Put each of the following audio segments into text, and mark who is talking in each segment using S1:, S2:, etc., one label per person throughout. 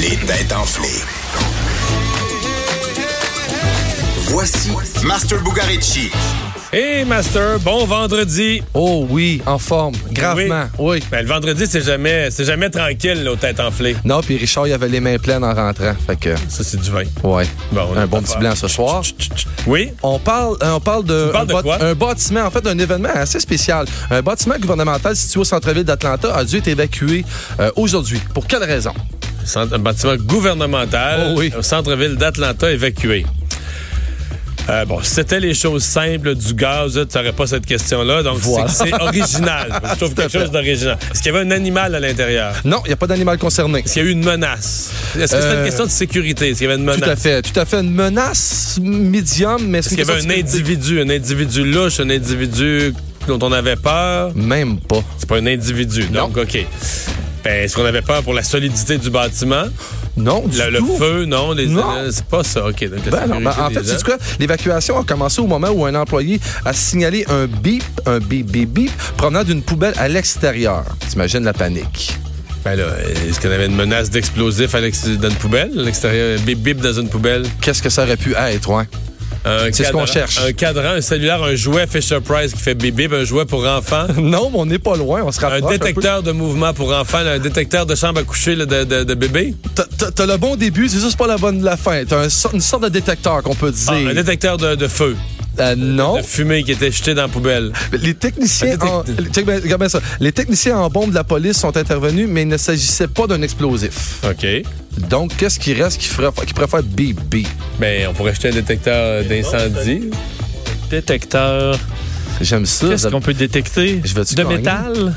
S1: Les têtes enflées. Voici Master Bugarici.
S2: Hey Master, bon vendredi.
S3: Oh oui, en forme, gravement, oui.
S2: Ben, le vendredi, c'est jamais, c'est jamais tranquille là, aux têtes enflées.
S3: Non, puis Richard, il avait les mains pleines en rentrant. Fait que,
S2: Ça, c'est du vin.
S3: ouais.
S2: Bon, on a
S3: un bon
S2: pas
S3: petit
S2: peur.
S3: blanc ce soir.
S2: Oui?
S3: On parle, euh, on parle de,
S2: parles
S3: un,
S2: de quoi?
S3: un bâtiment, en fait, d'un événement assez spécial. Un bâtiment gouvernemental situé au centre-ville d'Atlanta a dû être évacué euh, aujourd'hui. Pour quelle raison?
S2: Centre- Un bâtiment gouvernemental
S3: Oh oui.
S2: au centre-ville d'Atlanta évacué. Euh, bon, si c'était les choses simples, du gaz, tu n'aurais pas cette question-là. Donc, c'est-
S3: Voilà.
S2: c'est original. Je trouve quelque chose d'original. Est-ce qu'il y avait un animal à l'intérieur?
S3: Non, il n'y a pas d'animal concerné.
S2: Est-ce qu'il y a eu une menace? Est-ce que c'était une
S3: Euh,
S2: question de sécurité? Est-ce qu'il y avait une menace?
S3: Tout à fait. Tout à fait une menace médium, mais
S2: Est-ce qu'il y avait un individu, un individu louche, un individu dont on avait peur?
S3: Même pas.
S2: C'est pas un individu.
S3: Non.
S2: Donc, OK. Ben, est-ce qu'on avait peur pour la solidité du bâtiment?
S3: Non, du
S2: Le, le
S3: tout.
S2: feu, non? les-
S3: Non.
S2: le- C'est pas ça. OK. Donc, la
S3: Ben non, ben,
S2: sécurité
S3: en
S2: des
S3: fait,
S2: gens.
S3: c'est quoi? L'évacuation a commencé au moment où un employé a signalé un bip, un bip, bip, bip, provenant d'une poubelle à l'extérieur. T'imagines la panique.
S2: Ben là, est-ce qu'on avait une menace d'explosif à l'ex- dans une poubelle? À l'extérieur, euh, bip bip dans une poubelle?
S3: Qu'est-ce que ça aurait pu être, ouais?
S2: Un
S3: C'est ce
S2: cadran-
S3: qu'on cherche.
S2: Un cadran, un cellulaire, un jouet Fisher Price qui fait bip bip, un jouet pour enfants.
S3: Non, mais on n'est pas loin, on se
S2: Un
S3: rapproche. peu.
S2: détecteur de mouvement pour enfants, là, un détecteur de chambre à coucher là, de, de- de bébé.
S3: T'as- T'as t'as le bon début, c'est juste pas la bonne de la fin. T'as un sor- une sorte de détecteur qu'on peut
S2: Ah,
S3: dire.
S2: un détecteur de, de feu,
S3: Euh, non.
S2: de fumée qui était jetée dans la poubelle.
S3: Les techniciens,
S2: Un
S3: en,
S2: détecteur.
S3: check bien- regarde bien ça. Les techniciens en bombe de la police sont intervenus, mais il ne s'agissait pas d'un explosif.
S2: OK.
S3: Donc, qu'est-ce qui reste qui, ferait, qui pourrait faire bip, bip?
S2: Ben, on pourrait jeter un détecteur d'incendie.
S4: Détecteur.
S3: J'aime ça.
S4: Qu'est-ce qu'on peut détecter?
S3: Je vais-tu
S4: De
S3: gagner?
S4: métal?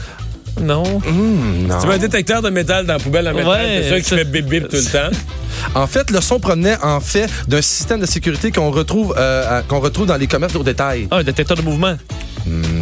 S4: Non.
S3: Hmm, non.
S2: Tu veux un détecteur de métal dans la poubelle en métal,
S4: Ouais,
S2: c'est ça qui
S4: c'est-
S2: fait bip bip tout le temps.
S3: En fait, le son provenait en fait d'un système de sécurité qu'on retrouve, euh, à- qu'on retrouve dans les commerces au détail.
S4: Ah, un détecteur de mouvement.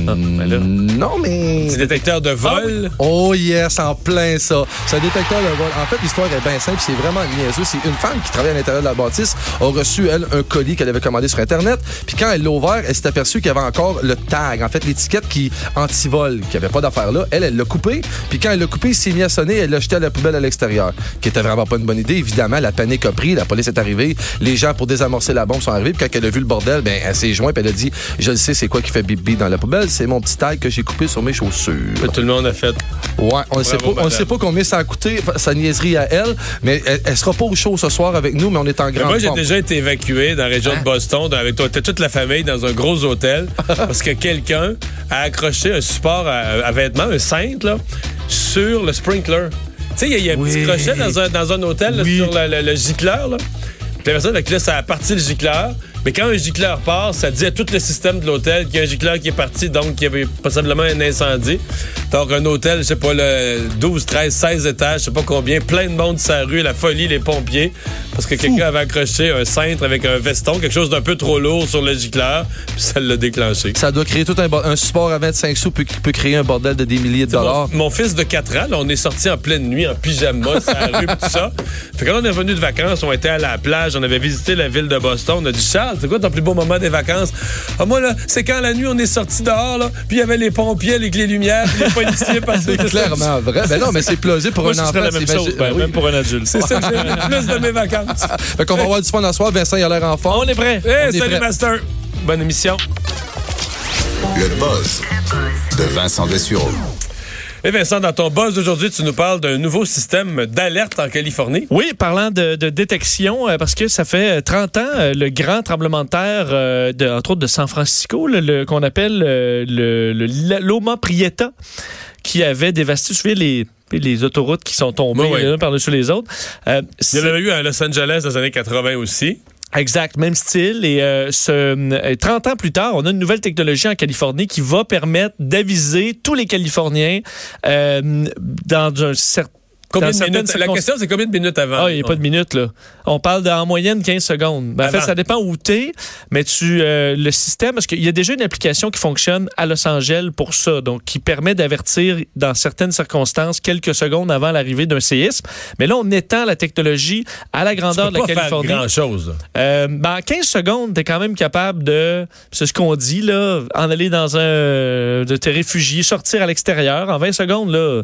S4: Ah, ben là.
S3: Non, mais...
S2: Petit détecteur de vol.
S3: Oh yes, en plein ça. C'est un détecteur de vol. En fait, l'histoire est bien simple, c'est vraiment niaiseux. C'est une femme qui travaille à l'intérieur de la bâtisse a reçu, elle, un colis qu'elle avait commandé sur Internet. Puis quand elle l'a ouvert, elle s'est aperçue qu'il y avait encore le tag, en fait, l'étiquette qui anti-vol, qui avait pas d'affaire là. Elle, elle l'a coupé. Puis quand elle l'a coupé, il s'est mis à sonner, elle l'a jeté à la poubelle à l'extérieur, qui était vraiment pas une bonne idée. Évidemment, la panique a pris, la police est arrivée, les gens pour désamorcer la bombe sont arrivés. Puis quand elle a vu le bordel, ben, elle s'est jointe, puis elle a dit, je le sais, c'est quoi qui fait bibi dans la poubelle? C'est mon petit tag que j'ai coupé sur mes chaussures.
S2: Tout le monde a fait.
S3: Ouais, on ne sait pas,
S2: Bravo,
S3: on
S2: madame.
S3: sait pas combien ça a coûté fa- sa niaiserie à elle, mais elle, elle sera pas au show ce soir avec nous, mais on est en
S2: Mais
S3: grande
S2: moi, j'ai
S3: forme.
S2: déjà été évacué dans la région de Boston dans- avec toi. T'es toute la famille dans un gros hôtel parce que quelqu'un a accroché un support à, à vêtements, un cintre, là, sur le sprinkler. Tu sais, il y a- il y a un petit
S3: Oui.
S2: crochet dans un, dans un hôtel là,
S3: Oui.
S2: sur le, le- le gicleur. Là. Puis la personne, fait que là, ça a parti le gicleur. Mais quand un gicleur part, ça dit à tout le système de l'hôtel qu'il y a un gicleur qui est parti, donc qu'il y avait possiblement un incendie. Donc, un hôtel, je sais pas, le 12, 13, 16 étages, je sais pas combien, plein de monde sur la rue, la folie, les pompiers, parce que quelqu'un avait accroché un cintre avec un veston, quelque chose d'un peu trop lourd sur le gicleur, puis ça l'a déclenché.
S3: Ça doit créer tout un, bo- un support à 25 sous puis qui peut créer un bordel de des milliers de dollars.
S2: Mon, mon fils de 4 ans, là, on est sorti en pleine nuit, en pyjama, sur la rue, pis tout ça. Fait que quand on est revenu de vacances, on était à la plage, on avait visité la ville de Boston. On a dit, Charles, c'est quoi ton plus beau moment des vacances? Ah, moi, là, c'est quand la nuit, on est sorti dehors, là, puis il y avait les pompiers avec les lumières, puis les policiers passaient.
S3: C'est clairement vrai. Ben non, mais c'est plausible pour
S4: Moi,
S3: un
S4: ce
S3: enfant.
S4: serait la même
S3: c'est
S4: chose,
S3: imagi-
S4: ben,
S3: oui.
S4: même pour un adulte.
S2: C'est ça que j'ai eu le plus de mes vacances.
S3: Fait qu'on va avoir du fun en soir. Vincent, il a l'air en forme.
S4: On est prêt. Eh!
S2: Hey,
S3: On est
S2: salut,
S3: prêt.
S2: Master. Bonne émission.
S1: Le buzz de Vincent Dessureau.
S2: Et Eh, Vincent, dans ton buzz d'aujourd'hui, tu nous parles d'un nouveau système d'alerte en Californie.
S4: Oui, parlant de, de détection, euh, parce que ça fait euh, 30 ans, euh, le grand tremblement de terre, euh, de, entre autres de San Francisco, là, le- qu'on appelle euh, le, le- l'Oma Prieta, qui avait dévasté, vous savez, les, les autoroutes qui sont tombées
S2: Oui, oui.
S4: les unes par-dessus les autres.
S2: Il y
S4: Euh,
S2: en
S4: c'est-
S2: avait eu à Los Angeles dans les années 80 aussi.
S4: Exact, même style. Et euh, ce, euh, 30 ans plus tard, on a une nouvelle technologie en Californie qui va permettre d'aviser tous les Californiens euh, dans un certain...
S2: Combien de minutes? La question, c'est combien de minutes avant?
S4: Ah, il n'y a pas de minutes, là. On parle d'en moyenne 15 secondes. Ben, en fait,
S2: Avant.
S4: ça dépend où t'es, mais tu, euh, le système, parce qu'il y a déjà une application qui fonctionne à Los Angeles pour ça, donc qui permet d'avertir dans certaines circonstances quelques secondes avant l'arrivée d'un séisme. Mais là, on étend la technologie à la
S2: Tu peux
S4: grandeur de la
S2: pas faire
S4: Californie.
S2: grand-chose.
S4: Euh, ben, en 15 secondes, t'es quand même capable de, c'est ce qu'on dit, là, en aller dans un, de te réfugier, sortir à l'extérieur. En 20 secondes, là,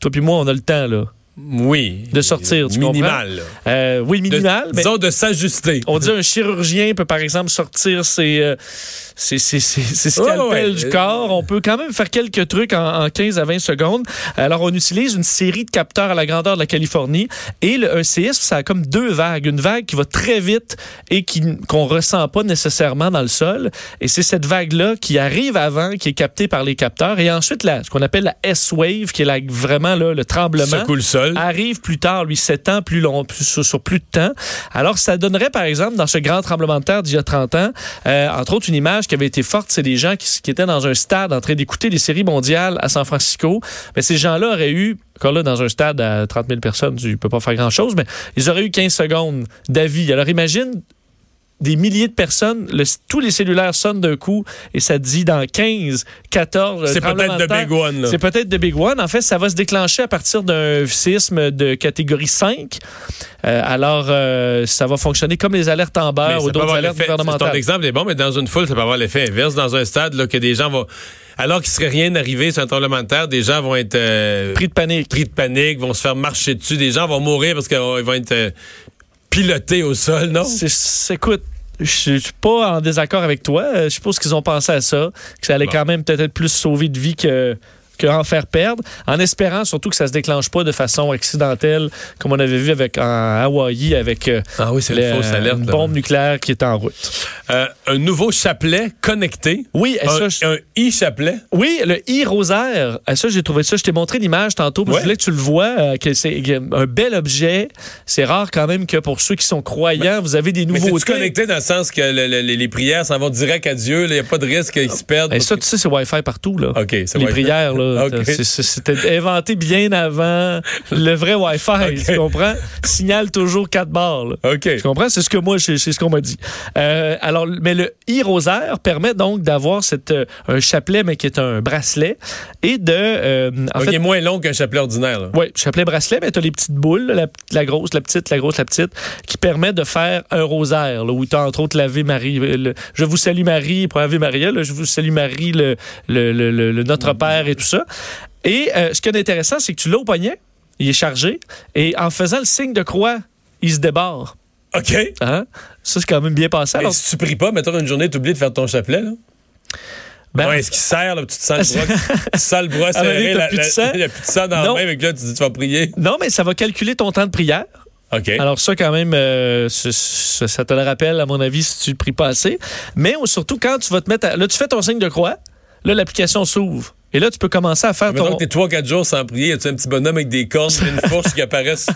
S4: toi puis moi, on a le temps, là.
S2: Oui.
S4: De sortir, tu
S2: Minimal. là.
S4: Euh, oui,
S2: De-
S4: minimal, mais
S2: Disons de s'ajuster.
S4: on dit un chirurgien peut, par exemple, sortir ses, euh, ses, ses- ses- ses scalpels
S2: Ouais, ouais, ouais.
S4: du corps. On peut quand même faire quelques trucs en, en 15 à 20 secondes. Alors, on utilise une série de capteurs à la grandeur de la Californie. Et le, un séisme, ça a comme deux vagues. Une vague qui va très vite et qui- qu'on ressent pas nécessairement dans le sol. Et c'est cette vague-là qui arrive avant, qui est captée par les capteurs. Et ensuite, la, ce qu'on appelle la S-wave, qui est la, vraiment là, le tremblement
S2: Secoue le sol.
S4: arrive plus tard, lui, sept ans plus long, plus, sur, sur plus de temps. Alors, ça donnerait, par exemple, dans ce grand tremblement de terre d'il y a 30 ans, euh, entre autres, une image qui avait été forte, c'est des gens qui, s- qui étaient dans un stade en train d'écouter les séries mondiales à San Francisco. Mais ces gens-là auraient eu, encore là, dans un stade à 30 000 personnes, tu peux pas faire grand-chose, mais ils auraient eu 15 secondes d'avis. Alors, imagine des milliers de personnes, le- tous les cellulaires sonnent d'un coup et ça dit dans 15, 14,
S2: C'est
S4: tremblement
S2: peut-être
S4: de
S2: de
S4: terre.
S2: Big One. là.
S4: C'est peut-être de Big One. En fait, ça va se déclencher à partir d'un séisme de catégorie 5. Euh, alors, euh, ça va fonctionner comme les alertes en
S2: Mais
S4: beurre
S2: ça
S4: ou
S2: peut
S4: d'autres
S2: avoir
S4: alertes
S2: l'effet- Ton
S4: gouvernementales.
S2: exemple est bon, mais dans une foule, ça peut avoir l'effet inverse. Dans un stade, là, que des gens vont. Alors qu'il serait rien arrivé sur un tremblement de terre, des gens vont être euh,
S4: Prix de panique.
S2: pris de panique, vont se faire marcher dessus. Des gens vont mourir parce qu'ils vont être euh, pilotés au sol, non?
S4: C'est- c'est- Écoute, je suis je suis pas en désaccord avec toi. Euh, Je suppose qu'ils ont pensé à ça, que ça allait
S2: Bon.
S4: quand même peut-être être plus sauver de vie que que en faire perdre, en espérant surtout que ça se déclenche pas de façon accidentelle, comme on avait vu avec en Hawaï avec euh,
S2: Ah oui, c'est
S4: le-
S2: une fausse alerte.
S4: une
S2: là.
S4: bombe nucléaire qui est en route.
S2: Euh, un nouveau chapelet connecté.
S4: Oui, et ça,
S2: Un,
S4: je-
S2: un i-chapelet.
S4: Oui, le i rosaire. Ah, Ça, j'ai trouvé ça. Je t'ai montré l'image tantôt. parce
S2: Ouais.
S4: que Je voulais que tu le vois. euh, que c'est un bel objet. C'est rare quand même que pour ceux qui sont croyants, vous avez des
S2: Ben, Mais c'est
S4: nouveautés.
S2: connecté dans le sens que le- le- les les prières s'en vont direct à Dieu. Il n'y a pas de risque qu'ils se perdent.
S4: Et
S2: parce
S4: Ben, ça, tu sais, c'est Wi-Fi partout, là.
S2: que- OK, c'est
S4: Les
S2: vrai.
S4: prières, là,
S2: Ok.
S4: c'est- c'est- c'était inventé bien avant le vrai Wi-Fi,
S2: Ok.
S4: tu comprends? Signale toujours quatre barres, là.
S2: OK.
S4: Tu comprends? C'est ce que moi, c'est c'est ce qu'on m'a dit. Euh, alors, mais le e-rosaire permet donc d'avoir cette, euh, un chapelet, mais qui est un bracelet, et de, euh, en
S2: Donc,
S4: fait,
S2: il est moins long qu'un chapelet ordinaire. là.
S4: Oui, chapelet bracelet, mais tu as les petites boules, là, la, la grosse, la petite, la grosse, la petite, qui permet de faire un rosaire, là, où tu as entre autres l'Ave Marie. euh, le- je vous salue Marie, pour Ave Maria, là, je vous salue Marie, le, le- le- le- le
S2: Mm-hmm.
S4: Notre Père et tout ça. Et euh, ce qui est intéressant, c'est que tu l'as au poignet, il est chargé, et en faisant le signe de croix, il se débarre.
S2: OK.
S4: Hein? Ça, c'est quand même bien passé.
S2: Mais
S4: Alors,
S2: si tu pries pas, mettons une journée, tu oublies de faire ton chapelet. Là.
S4: ben,
S2: Ouais, est-ce qu'il serre, là, puis tu te sens le bras, tu sens le bras
S4: À un moment donné,
S2: serré,
S4: t'as
S2: la-
S4: plus de
S2: la-
S4: sang.
S2: il y a plus de sang dans
S4: Non.
S2: la main, mais que là, tu dis, tu vas prier.
S4: non, mais ça va calculer ton temps de prière.
S2: OK.
S4: Alors ça, quand même, euh, ce- ce- ça te le rappelle, à mon avis, si tu le pries pas assez. Mais au- surtout, quand tu vas te mettre... à- Là, tu fais ton signe de croix. Là, l'application s'ouvre. Et là, tu peux commencer à faire
S2: Mettons
S4: ton...
S2: que t'es 3-4 jours sans prier, y a-tu un petit bonhomme avec des cornes et une fourche qui apparaissent?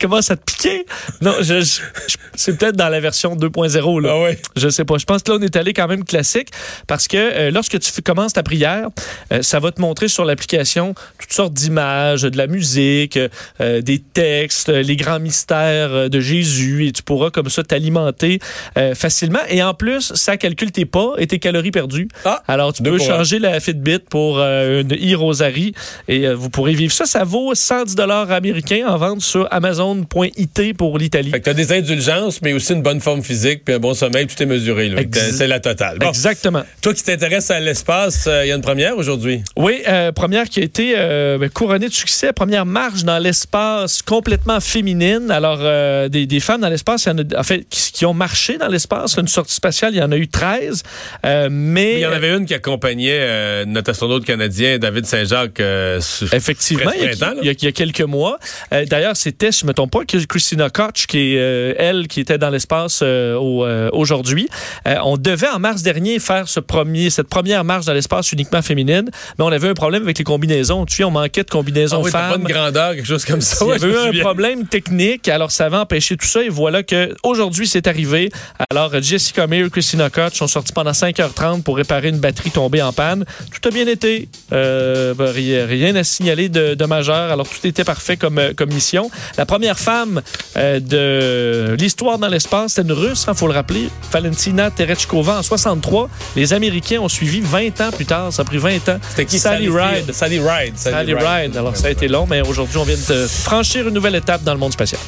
S4: Commence à te piquer. Non, je, je- je- c'est peut-être dans la version 2.0, là.
S2: Ah ouais.
S4: Je sais pas. Je pense que là, on est allé quand même classique parce que euh, lorsque tu f- commences ta prière, euh, ça va te montrer sur l'application toutes sortes d'images, euh, de la musique, euh, euh, des textes, euh, les grands mystères euh, de Jésus et tu pourras comme ça t'alimenter euh, facilement. Et en plus, ça calcule tes pas et tes calories perdues.
S2: Ah,
S4: Alors, tu
S2: deux
S4: peux
S2: pour un.
S4: changer la Fitbit pour euh, une e-rosary et euh, vous pourrez vivre ça. Ça vaut 110 américains en vente sur amazon.it pour l'Italie.
S2: Fait que t'as des indulgences, mais aussi une bonne forme physique, puis un bon sommeil, tout est mesuré. là.
S4: Ex-
S2: C'est la totale. Bon,
S4: Exactement.
S2: toi qui t'intéresses à l'espace, il y a une première aujourd'hui.
S4: Oui, euh, première qui a été euh, ben, couronnée de succès, première marche dans l'espace complètement féminine. Alors, euh, des, des femmes dans l'espace, il y en a, en fait, qui, qui ont marché dans l'espace, une sortie spatiale, il y en a eu 13, euh, mais...
S2: Il y en avait une qui accompagnait euh, notre astronaute canadien, David Saint-Jacques, euh, sur-
S4: Effectivement, il y, a,
S2: Presque printemps, là.
S4: il y a- il y a quelques mois. Euh, D'ailleurs, D'ailleurs, c'était, si je ne me trompe pas, que Christina Koch, qui est euh, elle, qui était dans l'espace euh, au- euh, aujourd'hui. Euh, on devait en mars dernier faire ce premier, cette première marche dans l'espace uniquement féminine, mais on avait un problème avec les combinaisons. Tu sais, on manquait de combinaisons
S2: Ah oui, t'as pas
S4: femmes.
S2: de grandeur, quelque chose comme ça.
S4: Il y
S2: ouais,
S4: avait
S2: je me
S4: eu un
S2: souviens.
S4: problème technique, alors ça avait empêché tout ça. Et voilà que aujourd'hui c'est arrivé. Alors Jessica Meir, Christina Koch sont sortis pendant 5h30 pour réparer une batterie tombée en panne. Tout a bien été. Euh, ben, ri- rien à signaler de, de majeur. Alors tout était parfait comme, euh, comme mission. La première femme euh, de l'histoire dans l'espace, c'était une Russe, il faut le rappeler, Valentina Tereshkova en 63. Les Américains ont suivi 20 ans plus tard. Ça a pris 20 ans.
S2: C'était qui
S4: Sally Ride.
S2: Sally Ride.
S4: Sally Ride. Alors, ça a été long, mais aujourd'hui, on vient de franchir une nouvelle étape dans le monde spatial.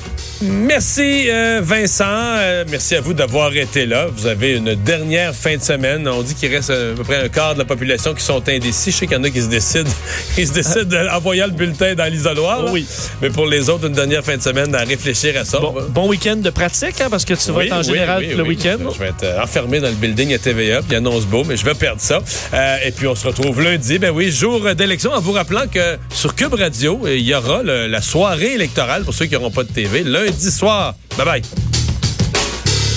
S2: Merci euh, Vincent, Euh, merci à vous d'avoir été là. Vous avez une dernière fin de semaine. On dit qu'il reste euh, à peu près un quart de la population qui sont indécis. Je sais qu'il y en a qui se décident, qui se décident d'envoyer le bulletin dans l'isoloir. là.
S4: Oui.
S2: Mais pour les autres, une dernière fin de semaine à réfléchir à ça.
S4: Bon,
S2: On va-
S4: bon week-end de pratique, hein, parce que tu vas
S2: ben, Oui,
S4: être en
S2: oui,
S4: général
S2: oui,
S4: tout le
S2: oui.
S4: week-end.
S2: Je vais être euh, enfermé dans le building à TVA, puis il annonce beau, mais je vais perdre ça. Euh, et puis on se retrouve lundi, ben oui, jour d'élection, en vous rappelant que sur Cube Radio, il y aura le- la soirée électorale pour ceux qui n'auront pas de TV, lundi soir. Bye bye.